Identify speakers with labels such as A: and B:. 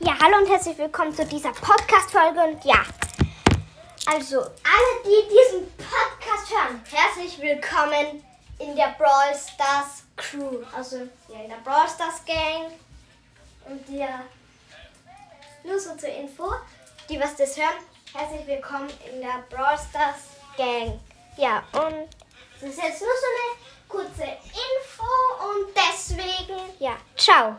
A: Ja, hallo und herzlich willkommen zu dieser Podcast-Folge. Und ja, also alle, die diesen Podcast hören, herzlich willkommen in der Brawl Stars Crew. Also ja, in der Brawl Stars Gang. Und ja, nur so zur Info, die was das hören, herzlich willkommen in der Brawl Stars Gang. Ja, und das ist jetzt nur so eine kurze Info und deswegen, ja, ciao.